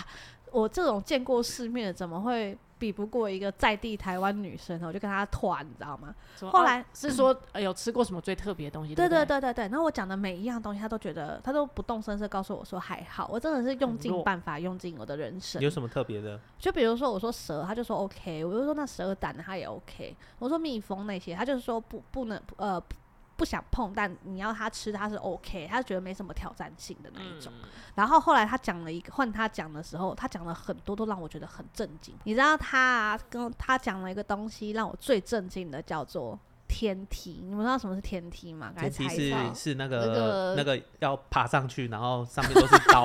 我这种见过世面的怎么会？比不过一个在地台湾女生呢，我就跟她团，你知道吗？
什么
后来嗯
哦是说呃有吃过什么最特别的东西？
对
对
对
不对，
对对对，然后我讲的每一样东西，他都觉得他都不动声色告诉我说还好，我真的是用
很
尽
弱
办法，用尽我的人生
有。什么特别的？
就比如说我说蛇，他就说 OK，我就说那蛇胆他也 OK，我说蜜蜂那些，他就是说不不能呃不不想碰，但你要他吃他是 OK，他觉得没什么挑战性的那一种。然后后来他讲了一个，换他讲的时候，他讲了很多都让我觉得很震惊。你知道他啊，跟他讲了一个东西，让我最震惊的叫做天梯，你们知道什么是天梯吗？
天
来
梯
猜
是
一下。
是那
那
个
个
那个要爬上去，然后上面都是 刀，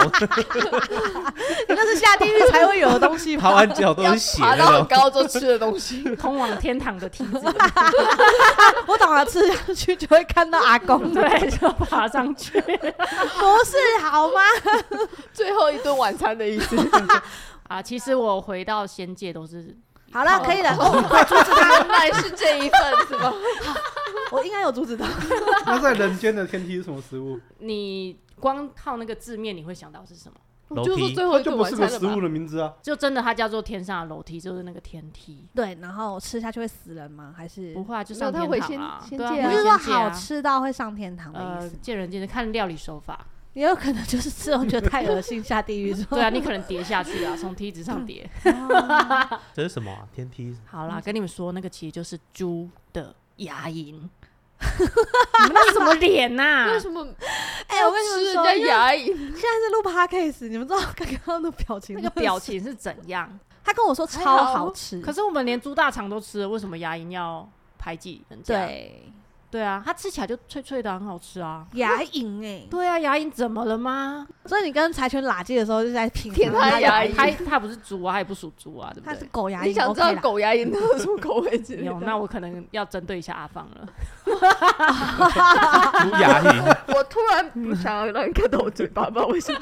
那是下地狱才会有的东西吧？
爬完脚都是血
爬
那
到很
种。
高就吃的东 西，
通往天堂的梯 子，
我懂了，吃下去就会看到阿公，
对， 就爬上去。
不是好吗？
最后一顿晚餐的意 思。
啊，其实我回到仙界都是
好了，可以了，
原来是这一份是吧？
我应该有阻止到。
那在人间的天梯是什么食 物？
你光靠那个字面，你会想到是什么？
楼
就
梯
是最后
它
一
就
顿
不
晚
是
餐
个
了
食物
吧？
的名字啊。
就真的它叫做天上的楼梯，就是那个天梯。
对，然后吃下去会死人吗？还是
不会啊，就
没
上
有它
天
回
堂
仙
啊，
仙
对啊，
界
不
啊
回
是
仙
说
界啊
好吃到会上天堂的
呃
意思？，
见仁见智，看料理手法。
也有可能就是吃完觉得太恶心，下地狱之后哎
对啊，你可能跌下去啊，从梯子上跌。
这是什么啊？天梯？
好啦，跟你们说，那个其实就是猪的牙龈。你们那是什么脸呐、
为什么？
哎我跟你们
吃人
说
家
因为
牙龈，
现在是录 podcast，你们知道刚刚的表情
那
吗，
个表情是怎样？
他跟我说超好吃，
可是我们连猪大肠都吃了，为什么牙龈要排挤人家？
对
对啊，它吃起来就脆脆的，很好吃啊。
牙龈哎、
对啊，牙龈怎么了吗？
所以你跟柴犬拉鸡的时候就在品
舔
它
它牙龈
它它不是猪啊，它也不属猪啊，对不
它是
对？
狗牙龈，
你想知道
OK 啦
狗牙龈都有什么口味之类
有，
的？
那我可能要针对一下阿芳了。
猪牙龈？
我突然不想要让你看到我嘴巴，不知道为什么。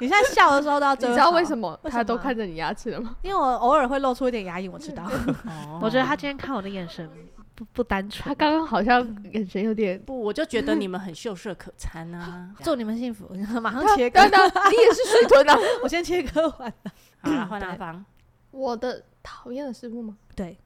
你现在笑的时候都要
你
遮，
知道为什？么
为什么
他都看着你牙齿了吗？
因为我偶尔会露出一点牙龈，我知道。
哦
我觉得他今天看我的眼神不不单
他
纯。
刚刚好像眼神有点……
不，我就觉得你们很秀色可餐 啊。
祝你们幸福，马上
他
切割
等。等，你也是水豚啊？
我先切割完。
好啦，换阿
对
芳。
我的讨厌的食物吗？
对，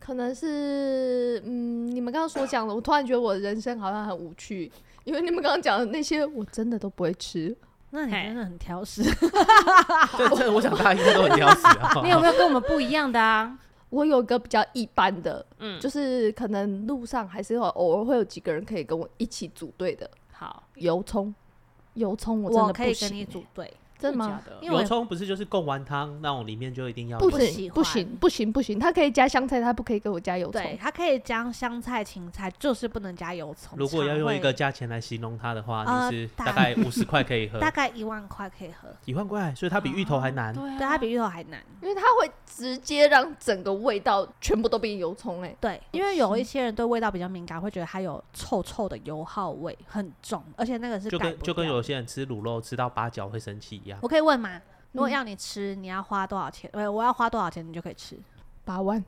可能是嗯，你们刚刚所讲的，我突然觉得我的人生好像很无趣，因为你们刚刚讲的那些，我真的都不会吃。
那你
嘿
真的很挑食。
这这，我想大家应该都很挑食啊。
你有没有跟我们不一样的啊？
我有一个比较一般的，
嗯，
就是可能路上还是有偶尔会有几个人可以跟我一起组队的。
好，
油葱，油葱我真
我
的
可
不
以跟
行
你
欸，
组队，
真
真的
的
吗
假？的？ 哦
因为我
油
也
葱不是就是贡丸汤那种，里面就一定要
不
有
我喜
行，不
欢
行，不行，不行，他可以加香菜，他不可以给我加油葱。
对，它可以加香菜、芹菜，就是不能加油葱。
如果要用一
常
个价钱来形容它的话，
呃
你是
大
大概五十块可以 喝
会，大概一万块可以喝，
一万块，所以它比芋
哦
头还难。
对啊，
对，它比芋头还难。
因为它会直接让整个味道全部都变油葱哎、
对，因为有一些人对味道比较敏感，会觉得它有臭臭的油耗味很重，而且那个是
就
改
跟
不
就跟
掉
有
的
些人吃卤肉吃到八角会生气一样，
我可以问吗？如果
嗯
要你吃，你要花多少钱？呃，我要花多少钱，你就可以吃？
八万，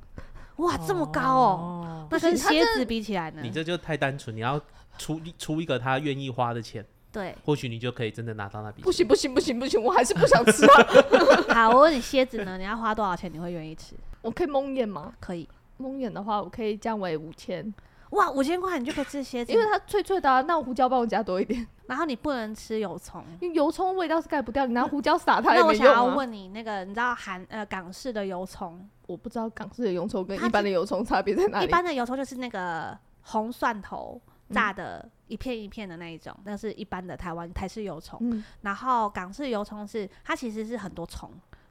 哇，这么高哦！
哦。
那跟
不行它
蝎
真
子比起来呢
你？这就太单纯，你要出出一个他愿意花的钱，
对，
或许你就可以真的拿到那笔钱。
不行不行不行不行，我还是不想吃啊 它。
好，我问你蝎子呢？你要花多少钱？你会愿意吃？
我可以蒙眼吗？
可以。
蒙眼的话，我可以降为五千，
哇，五千块你就可以吃蝎子，
因为它脆脆的啊、那我胡椒帮我加多一点，
然后你不能吃油葱。
因为油葱味道是盖不掉，你拿胡椒撒它也
那我
没
想
用、
要
啊。
问你，那个你知道韩呃港式的油葱，
我不知道港式的油葱跟
它
一般的油葱差别在哪
一
里。
般的油葱就是那个红蒜头炸的一片一片的那一种，那是一般的台湾台式油葱。
嗯，
然后港式油葱是它其实是很多葱，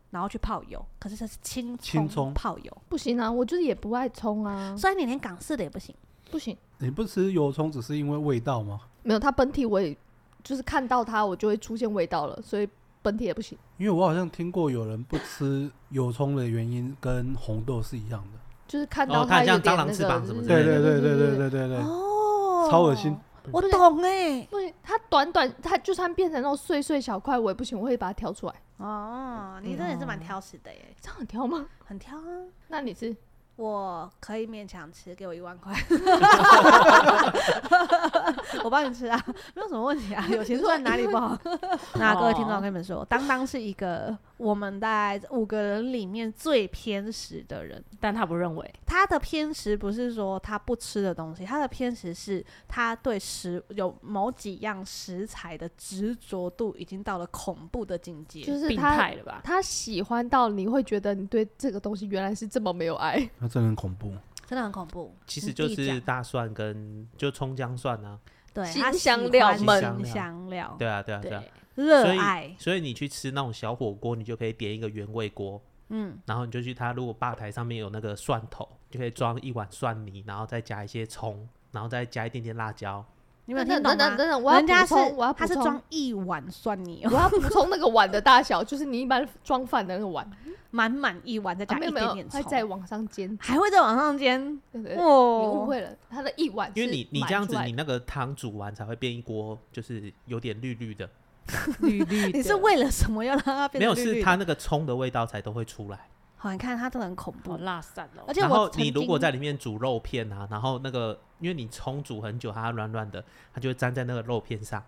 然后去泡油，可是这是青
青葱
葱泡油，
不行啊，我就是也不爱葱啊，
所以你连港式的也不行。
不行，
你不吃油葱只是因为味道吗？
没有它本体我也就是看到它我就会出现味道了，所以本体也不行。
因为我好像听过有人不吃油葱的原因跟红豆是一样的。
就是看
哦
到
它
它
很像
有点
蟑螂
那
翅
个嗯
膀什么之
对
类
对
的
对对对对对对，
哦
超恶心，
我懂哎、
不行，它短短，它就算变成那种碎碎小块，我也不行，我会把它挑出来。
哦，你真的是蛮挑食的耶，
这样很挑吗？
很挑啊。
那你是
我可以勉强吃，给我一万块， 我帮你吃啊， 没有什么问 题啊，有钱赚哪里不 好？那各位听众，我跟你们说，当当是一个我们在五个人里面最偏食的人。
但他不认为，
他的偏食不是说他不吃的东西，他的偏食是他对食有某几样食材的执着度已经到了恐怖的境界。
就是
病
他
态了吧？
他喜欢到你会觉得你对这个东西原来是这么没有爱。
那真的很恐怖。
真的很恐怖。
其实就
你自己
是
讲
大蒜跟就葱姜蒜啊，
对
新
他喜
香
欢
料
们
新香料，
对啊对啊对啊
对，，
热
所以
爱，
所以你去吃那种小火锅，你就可以点一个原味锅，
嗯，
然后你就去它如果吧台上面有那个蒜头，就可以装一碗蒜泥，然后再加一些葱，然后再加一点点辣椒。
你们有
等
听
等
啊
懂吗？
等等等，我要
人家
补
是
充，我要补
他是
充
装，一碗蒜泥哦，
我要补充那个碗的大小， 就是你一般装饭的那个碗，
满满一碗再
啊
加
没
一
有没有
点点，
会
葱，
再往上煎。
还会再往上煎
对对对，你误
哦。
会了，它的一碗是
因为你你这样子，
满出
你
来
那个汤煮完才会变一锅，就是有点绿绿的，
绿绿的。
你是为了什么要让它变
没有
成绿
是
绿
它
的？
那个葱的味道才都会出来。
好，你看它真的很恐
好
怖，
辣散哦
而！且
然后
我曾
你如果
经
在里面煮肉片啊，然后那个因为你葱煮很久，它软软的，它就会粘在那个肉片上，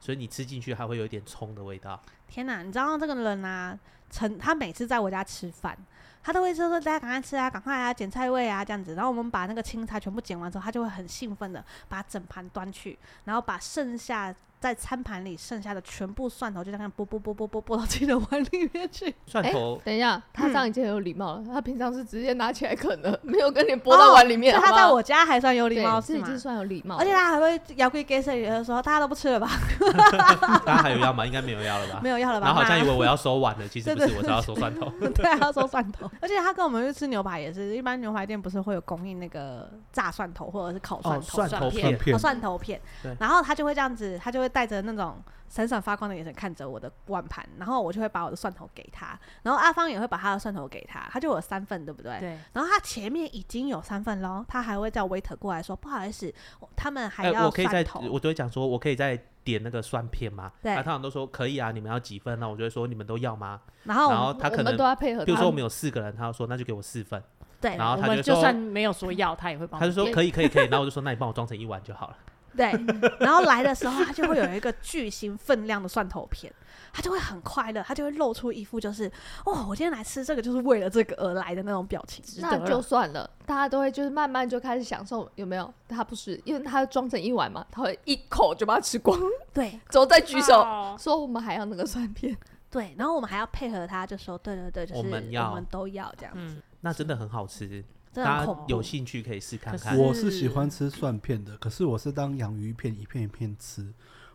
所以你吃进去还会有一点葱的味道。
天哪，你知道这个人啊，陈他每次在我家吃饭，他都会说说大家赶快吃啊，赶快啊，捡菜味啊这样子。然后我们把那个青菜全部捡完之后，他就会很兴奋的把整盘端去，然后把剩下在餐盘里剩下的全部蒜头就这样剥剥剥剥剥剥到自己的碗里面 去。
蒜
哎
头
等一下，他这样已经很有礼貌了。他平常是直接拿起来啃的， 没有跟你拨到碗里
所以
面。
他
好不好
在我家还算有礼
对
貌
这
是
已
吗
经？算有礼貌了。
而且他还会摇柜给谁的说大家都不吃了吧？
大家还有要吗？应该没有要了吧？
没有要了吧？
然后啊好像
妈
以为我要收碗了，其实
对
不是，
对
我是要收蒜头。
对啊，他说蒜头， 而且他跟我们去吃牛排也是，一般牛排店不是会有供应那个炸蒜头或者是烤蒜
哦，
头、
蒜
蒜
头
片
蒜
片，
片
哦、蒜头片
对，
然后他就会这样子，他就会带着那种闪闪发光的眼神看着我的碗盘，然后我就会把我的蒜头给他，然后阿芳也会把他的蒜头给他，他就有三份，对不对？
对，
然后他前面已经有三份喽，他还会叫 waiter 过来说不好意思，我他们还
哎，
要
我可以
蒜
再，
头。
我都会讲说，我可以再点那个蒜片吗？
对
他通常都说可以啊，你们要几份？那我就会说你们都要吗？
然哦后我
然
们
后哦他
我
可
们
能
都，要配合
比如
他
说我们有四个人，他就说那就给我四份，
对
然后
我
他
们
就
就算
说，
没有说要，他也会帮。
他就说可以可以可以，然后我就说那你帮我装成一碗就好了。
对，然后来的时候，他就会有一个巨型分量的蒜头片，他就会很快乐，他就会露出一副就是哦，我今天来吃这个就是为了这个而来的那种表情。
值
那
得
就
了
算了，大家都会就是慢慢就开始享受，有没有？他不是，因为他装成一碗嘛，他会一口就把它吃光，
对
之后再举手
哦
说我们还要那个蒜片。
对，然后我们还要配合他，就说对对对，就是
我们要
我们都要这样，
嗯，
那真的很好吃，
真的
大
很
家
恐怖。
有兴趣可以试看
可
看
是。
我是喜欢吃蒜片的，可是我是当洋芋片一片一片吃。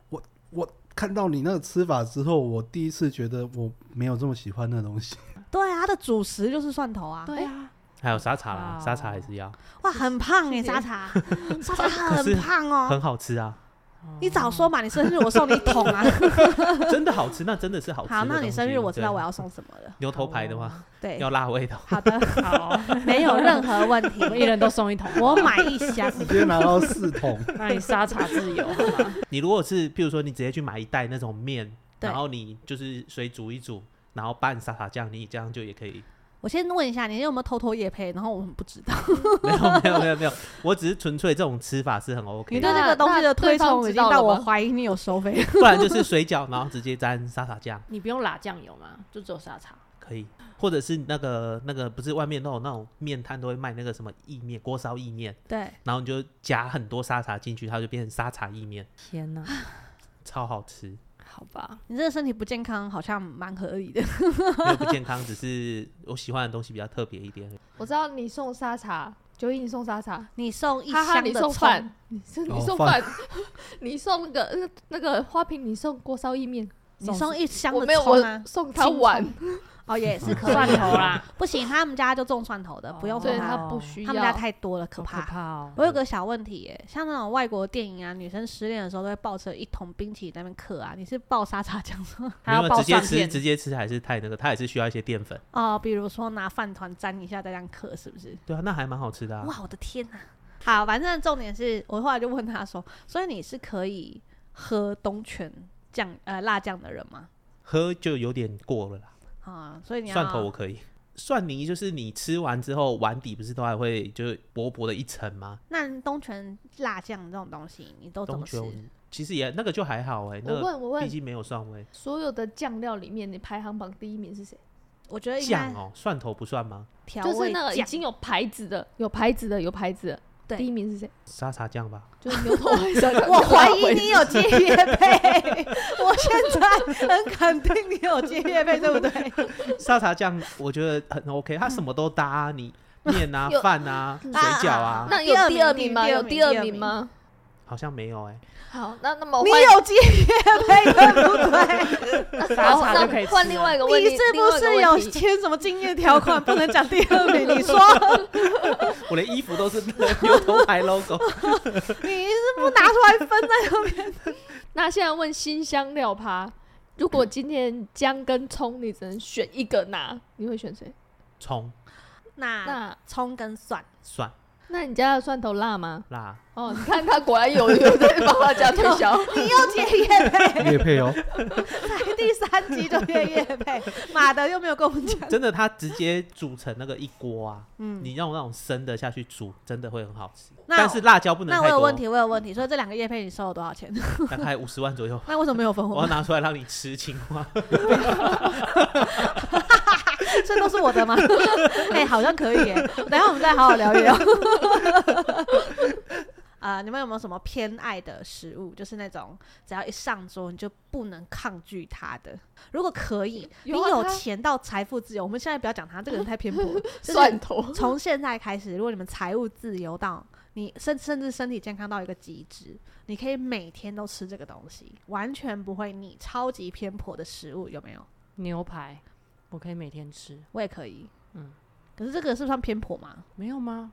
我我看到你那个吃法之后，我第一次觉得我没有这么喜欢那东西。
对啊，他的主食就是蒜头啊，
对啊，
还有沙茶啦，
哇
沙茶还是要，
哇，很胖哎、
谢谢
沙茶，沙茶
可是
很胖哦、
很好吃 啊，
哦
你早说嘛，你生日我送你一桶啊。
真的好吃，那真的是好吃 的
好，
东西。
那你生日我知道
对
我要送什么了。
牛头牌的吗？
对，
要辣味的。
好的，
好，哦
没有任何问题
我，们一人都送一桶，
我买一箱。
直接拿到四桶，
那你沙茶自由好吗？
你如果是，譬如说你直接去买一袋那种面，
对
然后你就是水煮一煮，然后拌沙茶酱，你这样就也可以。
我先问一下，你有没有偷偷夜配？然后我们不 知道，
没有没有没有没有，我只是纯粹这种吃法是很 OK
你
的，
对这个东西的推崇已经到我
那对方知道了吗
怀疑你有收费。
不然就是水饺，然后直接沾沙茶酱
你不用拉酱油吗？就只有沙茶。
可以，或者是那个那个不是外面都有那种面摊都会卖那个什么意面锅烧意面，
对，
然后你就加很多沙茶进去，它就变成沙茶意面，
天哪，
超好吃，
好吧，
你这个身体不健康，好像蛮合理的。
没有不健康，只是我喜欢的东西比较特别一点而已。
我知道你送沙茶，九一你送沙茶，
你送一
哈哈，
箱
你
的
送
葱，
饭，你送
哦
你送饭， 你送那个那那个花瓶，你送锅烧意面，
你送一箱
我
的
没有，
葱啊
我？送他碗，
哦，也是可以
蒜头啦，
不行，他们家就种蒜头的，不用
哦
送
对
他
他
的，
不需要。
他们家太多了，可
好
怕。
怕哦。
我有个小问题耶，像那种外国电影啊，女生失恋的时候都会抱着一桶冰淇淋在那边嗑啊，你是爆沙茶酱吗？
他
没有
要爆
直接
蒜
吃
片，
直接吃还是太那个，它也是需要一些淀粉。
哦，比如说拿饭团沾一下再这样嗑，是不是？
对啊，那还蛮好吃的啊。
哇，我的天呐！好，反正重点是我后来就问他说，所以你是可以喝东泉酱呃辣酱的人吗？
喝就有点过了啦。
啊，所以你要
蒜头我可以，蒜泥就是你吃完之后碗底不是都还会就是薄薄的一层吗？
那东泉辣酱这种东西，你都怎
东
么吃
泉？其实也那个就还好哎、那
我
个
问我
毕
问，
竟没有蒜味。
所有的酱料里面，你排行榜第一名是谁？
我觉得应该
酱哦，蒜头不算吗？
调
就是
味
那个已
酱
经有牌子的，有牌子的，有牌子的。
对
第一名是谁？
沙茶酱吧，
就是牛头牌 沙
我怀疑你有接业配，我现在很肯定你有接业配，对不对？
沙茶酱我觉得很 OK，它什么都搭、啊，你面啊、
有
饭啊、水饺啊，
那有
第
第
二
二
名
名吗？有
第
第
二
二
名
名吗？
好像没有哎、
好，那那么我
你
换
有接业配对不 对？
傻
好
傻
那
就可以吃
换另
了
外一个问题，
你是
另外
不
一个
是
问
有
题
签什么禁业条款，不能讲第二名？你说
我连衣服都是 牛头牌 logo。
你是不拿出来分在那边？
那现在问新香料趴，如果今天姜跟葱你只能选一个拿，你会选谁？
葱、
那
那
葱跟蒜，
蒜、
那你家的蒜头辣吗？
辣，
哦，你看他果然有有在帮他家 推销。
你又接业配，
叶配哦，
才第三集就接业配，马的又没有跟我们讲。
真的，它直接煮成那个一锅啊，
嗯，
你用那种生的下去煮，真的会很好吃。
那
但是辣椒不能
那
太
我
多，
有问题，我有问题，所以这两个业配你收了多少钱？ 。
大概五十万左右
那为什么没有分
我
我
要
们？
拿出来让你吃青蛙，
这都是我的吗？ 哎，好像可以耶。等一下我们再好好聊一聊。 啊、你们有没有什么偏爱的食物？就是那种只要一上桌你就不能抗拒它的。如果可以，
有啊
你有
他
钱到财富自由，我们现在不要讲他，这个人太偏颇 了。就是
蒜头，
从现在开始，如果你们财务自由到你甚甚至身体健康到一个极致，你可以每天都吃这个东西，完全不会腻，超级偏颇的食物有没有？
牛排，我可以每天吃，
我也可以，嗯
嗯。
可是这个是不是算偏颇嘛？
没有吗？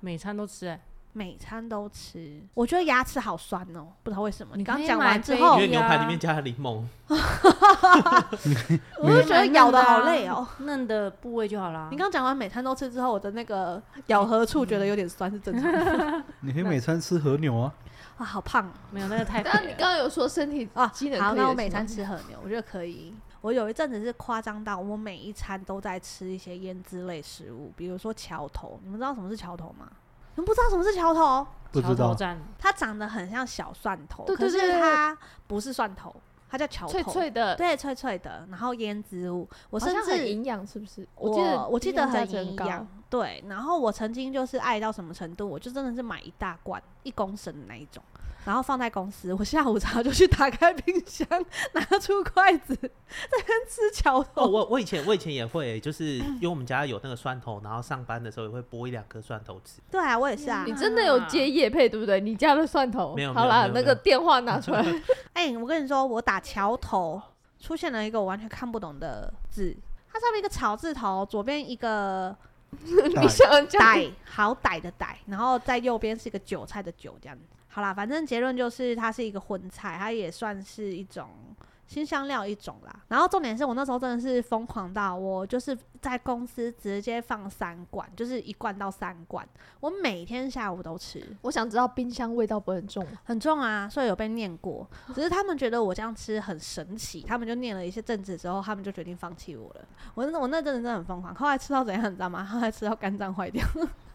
每餐都吃、欸，
每餐都吃，我觉得牙齿好酸哦，不知道为什么。你
你可
刚
以
讲
买
完之
杯
后
因
子
为，牛排里面加了柠
哦
檬，
我就觉得咬的好累哦。
嫩的部位就好啦。
你刚讲完每餐都吃之后，我的那个
嗯
咬合处觉得有点酸是正常 的。
你可以每餐吃和牛啊，
啊，好胖哦
没有那个太
但你
肥
刚
了，
刚有说身体
啊！
机能
好，
可以
那
的
我
是
每
吗
餐吃和牛，我觉得可以。我有一阵子是夸张到我每一餐都在吃一些腌制类食物，比如说桥头。你们知道什么是桥头吗？你们不知道什么是桥头？哦
不
桥
知
头
道
站
它长得很像小蒜头，
对
可
对
是
对
它不是蒜头，它叫桥头。
脆脆的，
对，脆脆的，然后腌植物，我
好
甚
像很
至
营养，是不是？
我
记得
我记得
营养价
很
值很
营
高
养，对。然后我曾经就是爱到什么程度，我就真的是买一大罐一公升的那一种，然后放在公司，我下午茶就去打开冰箱，拿出筷子在那边吃桥
哦，
头。
我我以前我以前也会、欸就是因为我们家有那个蒜头，然后上班的时候也会剥一两颗蒜头吃。
对啊，我也是啊
你。真的有接叶配对不对？你家的蒜头
没有，没
好
有
啦
没，有
那
没
个
有
电话拿 出来。
哎、我跟你说，我打桥头出现了一个我完全看不懂的字，它上面一个草字头，左边一个
大
你想讲
歹好歹的歹，然后在右边是一个韭菜的韭这样子。好啦，反正结论就是它是一个荤菜，它也算是一种新香料一种啦。然后重点是我那时候真的是疯狂到我就是在公司直接放三罐，就是一罐到三罐，我每天下午都吃，
我想知道冰箱味道不会很重吗？
很重啊，所以有被念过。只是他们觉得我这样吃很神奇，他们就念了一些阵子之后，他们就决定放弃我了。我那我那阵子真的很疯狂，后来吃到怎样你知道吗？后来吃到肝脏坏掉。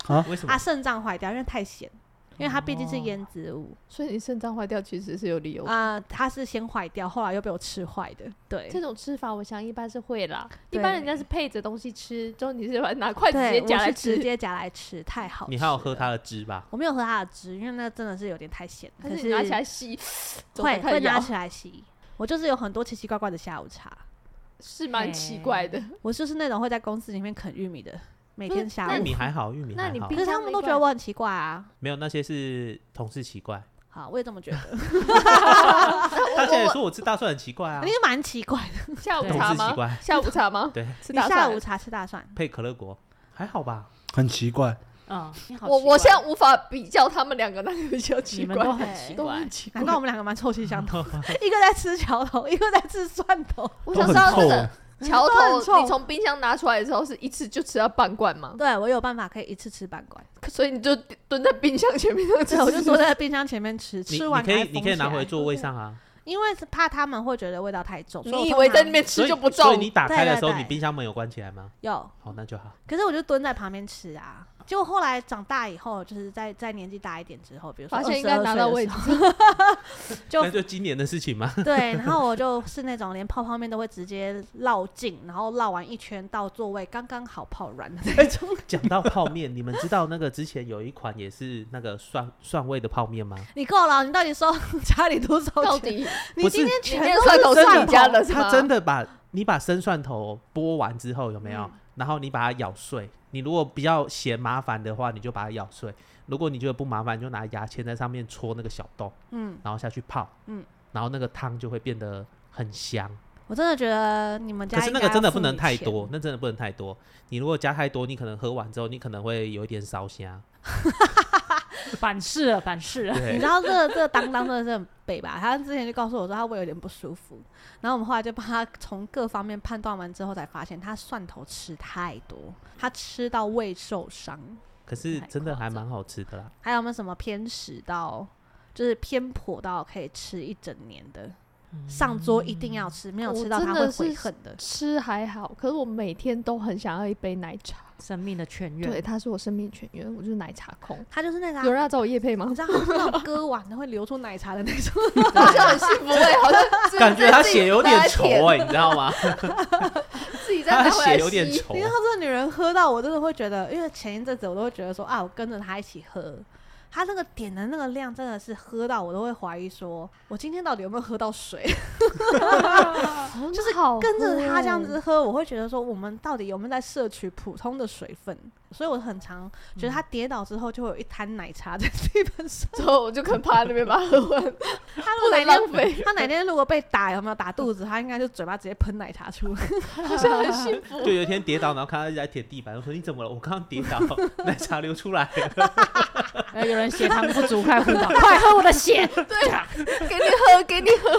哦为什么？
啊，肾脏坏掉，因为太咸，因为它毕竟
哦
是腌制物
所以你肾脏坏掉其实是有理由的。
啊、它是先坏掉，后来又被我吃坏的。对，
这种吃法，我想一般是会啦。一
对
般人家是配着东西吃，之后你是把它拿筷子直
对，
接夹
我
来
是
吃
直。接夹来吃，太好吃。
你还有喝？它的汁吧？
我没有喝它的汁，因为那真的是有点太咸。
还
可
是
是
你拿起来吸，总
会
裁开
会
始咬
拿起来吸。我就是有很多奇奇怪怪的下午茶，
是蛮奇 怪的。
我就是那种会在公司里面啃玉米的，每天下
那
玉
午
你。
米还好，玉米
那
还
你
好
冰，
可是他
箱
们
那
都
一
觉得
罐
我很奇怪啊。
没有那些是同事奇怪。
好，我也这么觉 得。
他竟然说我吃大蒜很奇怪啊
你，蛮奇怪的，
下午
同
茶
事奇
吗？
怪，
下午茶吗？
对，
吃
你
大
下
蒜
午。茶吃大 蒜，
配可乐果还好吧？
很奇怪，
嗯，你好
我
奇
我
怪
现在无法比较他们两个，那个比较
你
奇
们
怪
都，很奇
都
怪
很，奇怪
难怪。我们两个蛮臭气相 投的，一个在吃桥头，一个在吃蒜头。
我
都
想
很
知道那
臭
个
欸。
桥
都很臭
头，你从冰箱拿出来的时候是一次就吃到半罐吗？
对我有办法可以一次吃半罐，
所以你就蹲在冰箱前面那吃
对，我就坐在冰箱前面吃，
你
吃
你
完
可以
还
你可以
封起
拿回
来
座位上啊，
因为是怕他们会觉得味道太重。所
你以
我
为
通
在
常
那边吃
所以
就不
所以
重
你？打开的时候，
对对
你
对
冰箱门有关起来吗？
有，
好，那就好。
可是我就蹲在旁边吃啊。结果后来长大以后，就是在在年纪大一点之后，比如说
发现应该
22
拿到
岁
位
的
置
时，就
那就今年的事情嘛。
候对，然后我就是那种连泡泡面都会直接绕进，然后绕完一圈到座位刚刚好泡软的那 种。
讲到泡面，你们知道那个之前有一款也是那个蒜蒜味的泡面吗？
你够了，你到底收 家里多
到
少钱？
底
你
不是
今天
里
全
面
都
蒜头是
蒜
你家
头
的是吗？
它真的把你把生蒜头剥完之后有没有
嗯？
然后你把它咬碎，你如果比较嫌麻烦的话，你就把它咬碎；如果你觉得不麻烦，你就拿牙签在上面戳那个小洞，
嗯，
然后下去泡，
嗯，
然后那个汤就会变得很香。
我真的觉得你们家
可是那
应该
个
要
真的不
付
能
你
太
钱
多，那真的不能太多。你如果加太多，你可能喝完之后，你可能会有一点烧香。
反噬了，反噬了。
你
对
知，道这个这个当当真的是很北吧？他之前就告诉我说他胃有点不舒服，然后我们后来就帮他从各方面判断完之后，才发现他蒜头吃太多，他吃到胃受伤。
可是
太
真的
夸
还
张
蛮好吃的 啦。
还有没有什么偏食到，就是偏颇到可以吃一整年的？上桌一定要吃，没有
嗯我
吃到
真
他
的
会悔
是
恨的。
吃还好，可是我每天都很想要一杯奶茶。
生命的泉源，
对，它是我生命泉源，我就是奶茶控。
他就是那个啊、
有人要找我叶配吗
你？知道那种割腕的会流出奶茶的那种，
好像很幸福哎、好像
感觉他血有点稠
哎、
哎、你知道吗？
自己在
他
拿回来
血有点
吸
你知道
稠。
这女人喝到我真的会觉得，因为前一阵子我都会觉得说啊，我跟着她一起喝，她那个点的那个量真的是喝到我都会怀疑说，我今天到底有没有喝到水？
就是好
跟着她这样
喝欸
子喝，我会觉得说我们到底有没有在摄取普通的水分？所以我很常觉得她跌倒之后就会有一滩奶茶在地板上。
哎，之后我就可能趴在那边把它喝 完，
她如
不
果哪
能浪
天
费，
她哪天如果被打有没有打肚子，她应该就嘴巴直接喷奶茶出来。
好像很幸福。
就有一天跌倒，然后看他一直在舔地板，我说你怎么了？我刚刚跌倒，奶茶流 出来了。
呃，有人血糖不足，快昏倒，快喝我的血！
给你喝，给你喝，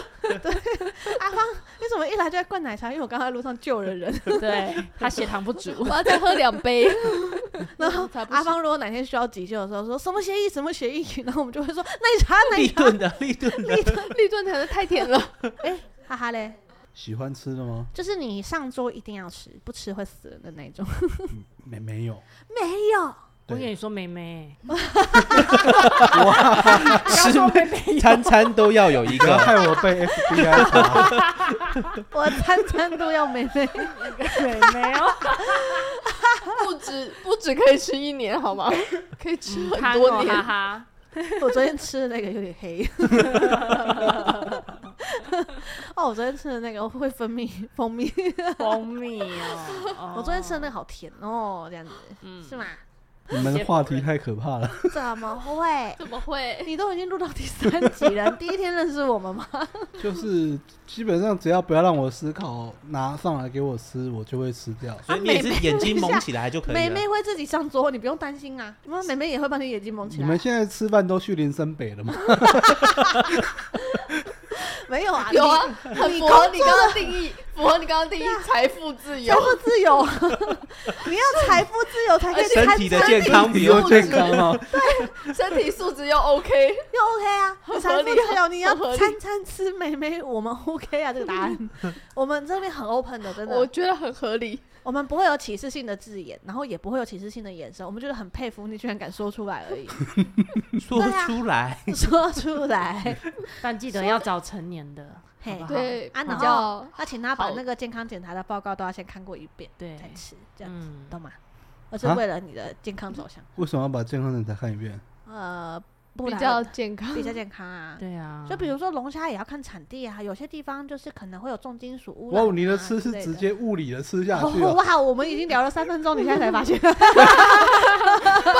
阿芳，你怎么一来就在灌奶茶？因为我刚刚在路上救了人。
对他血糖不足
我，要再喝两 杯。
然后
啊才不
阿
行
芳如果哪天需要急救的时候，说什么协议什么协议， 然后我们就会说奶茶 奶
立
茶，
顿的，立顿的。
绿盾糖太甜了，
哈哈嘞，
喜欢吃的吗？
就是你上桌一定要吃，不吃会死人的那种。
没没有，
没有，
我跟
对
你说，妹妹，
吃 餐餐都要有一
不要
个。
害我被 FBI 查。
我餐餐都要美 美。
对，没有，
不止不止可以吃一年好吗？ 可以吃很
贪
多
哦，哈
年。
哈，
我昨天吃的那个有点黑。 哦，我昨天吃的那个会分泌蜂蜜，
蜂蜜哦，
我昨天吃的那个好甜哦，这样子、
嗯
是吗？
你们的话题太可怕了。
怎么会？
怎么会？
你都已经录到第三集了，第一天认识我们吗？
就是基本上只要不要让我思考，拿上来给我吃，我就会吃掉。
所以你也是眼睛蒙起来就可以啊
美
了。
美会自己上桌，你不用担心啊。因为美美也会把你眼睛蒙起
你
来。
们现在吃饭都去林森北 了吗？
没有啊？
有啊，
你，
很
你
符合
工
你
作
刚刚定义，符合你刚刚定 义财富自由
财。富自由， 你要财富自由才可以
而且
身
参
体的健康比
比
我
较健康哦。
身体素质又 OK，
又 OK 啊，
很合
财富
理啊
自由，你要
很合理
餐餐吃美美，我们 OK 啊，这个答 案，我们这边很 open 的，真的，
我
我
觉得很合理。
们不会有歧视性的字眼，然后也不会有歧视性的眼神，我们觉得很佩服你，居然敢说出来而 已，
说
对啊
出来，
说出来，
但记得要找成年的，
嘿
好不好
对，
啊
比
然后
较
那请他把
好
那个健康检查的报告都要先看过一遍
对
才，吃，这样
嗯，
懂吗？而是
啊
为了你的健康着想，
为什么要把健康检查看一遍？
呃，不
比
然
较健康。
比较健康啊，
对啊，
就比如说龙虾也要看产地啊，有些地方就是可能会有重金属污
哇
染、啊。，
你的吃是直。接物理的吃下去
哦
哦。
哇！我们已经聊了三分钟，你现在才发现，
不然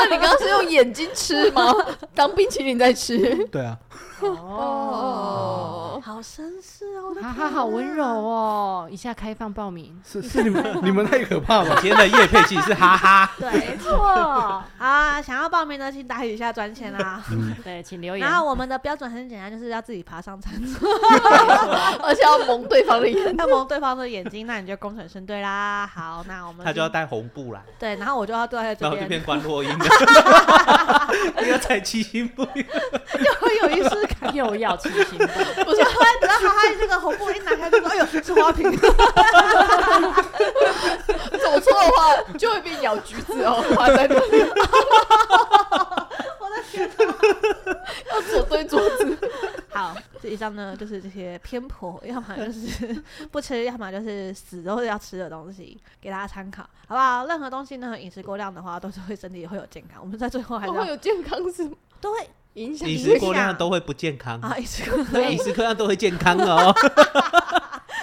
你刚刚是用眼睛吃吗？ 当冰淇淋在 吃。
对啊，
哦，
好绅士哦！我的
哈
天
哈，
啊
好温柔。哦！以下开放报名，
是是你们 你们太可怕
我
了。
今天的夜配其实是 哈哈。
对，没错 啊！想要报名的，请打一下专线啦。
嗯
对，请留言
然。后我们的标准很简单，就是要自己爬上餐桌，
而且要蒙对方的眼。
要蒙对方的眼睛，那你就功成身退啦。好，那我们
他就要
今
带红布来，
对，然后我就要坐在这
然后就 变
边，
关 落音了。你要踩七星步，
会有仪式感。
又要清醒，
不 是，然后哈哈这个红布一拿开就说：“哎呦，是花瓶。”
走错的话就会被咬橘子 哦，花在那里。
我的天！
要左对桌子，
好，这以上呢就是这些偏颇，要么就是 不吃，要么就是死都是要吃的东西，给大家参考，好不好？任何东西呢，饮食过量的话，都是会身体会有健康。我们在最后还是
会
要
有健康是吗
都会
影响
饮
健
食
康。
过量都会不健
啊
康，
啊，饮食过
饮食过量都会健康哦。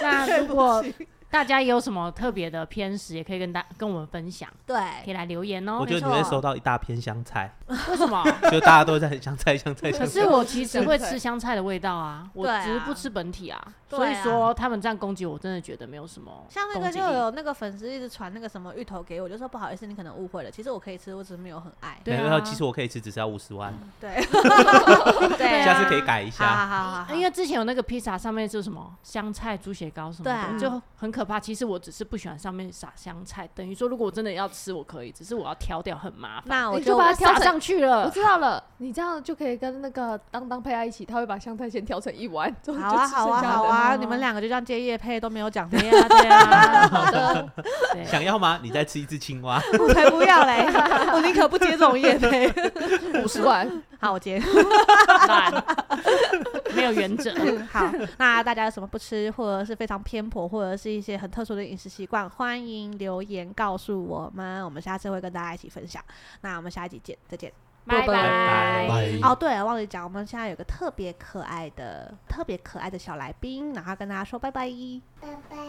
那如果大家也有什么特别的偏食，也可以跟大跟我们分享，可
对，
以来留言哦
我。觉得你
没
会
错
收到一大片香菜，
为什么？
就大家都在香菜、香菜、
可
香菜。
是我其实会吃香菜的味道啊，我
对啊
只是不吃本体啊。
对啊
所以说他们这样攻击我，真的觉得没有什么攻击
像
力。
那个就有那个粉丝一直传那个什么芋头给我，我就说不好意思，你可能误会了，其实我可以吃，我只是没有很爱。
对
没
啊
有，其实我可以吃，只是要五十万，
对，
对啊
对，
下次可以改一
好好
下。
好
哎
好好，
因为之前有那个披萨上面是什么香菜猪血糕什么
对
的，
啊
就很可怕。其实我只是不喜欢上面撒香菜，等于说如果我真的要吃，我可以，只是我要挑掉很麻烦。
那我啊
你就把它挑
撒
成
上去
我
了，
知道了，你这样就可以跟那个当当配在一起，他会把香菜先挑成一碗，之后
好
就
啊
吃
好啊
剩下
好
的。
啊，
哦
你们两个就这样接夜配都没有讲，
对啊对啊，
好的，
对
想要吗？你再吃一只青蛙。
我才不要 嘞，我宁可不接这种夜配。
五十碗，
好，我接。
烂， 没有原则。
嗯好， 那大家有什么不吃，或者是非常偏颇，或者是一些很特殊的饮食习惯，欢迎留言告诉我们，我们下次会跟大家一起分享。那我们下一集见，再见。
拜
拜
拜
哦，对了，忘记讲，我们现在有个特别可爱的、特别可爱的小来宾，然后跟大家说拜拜。
拜拜。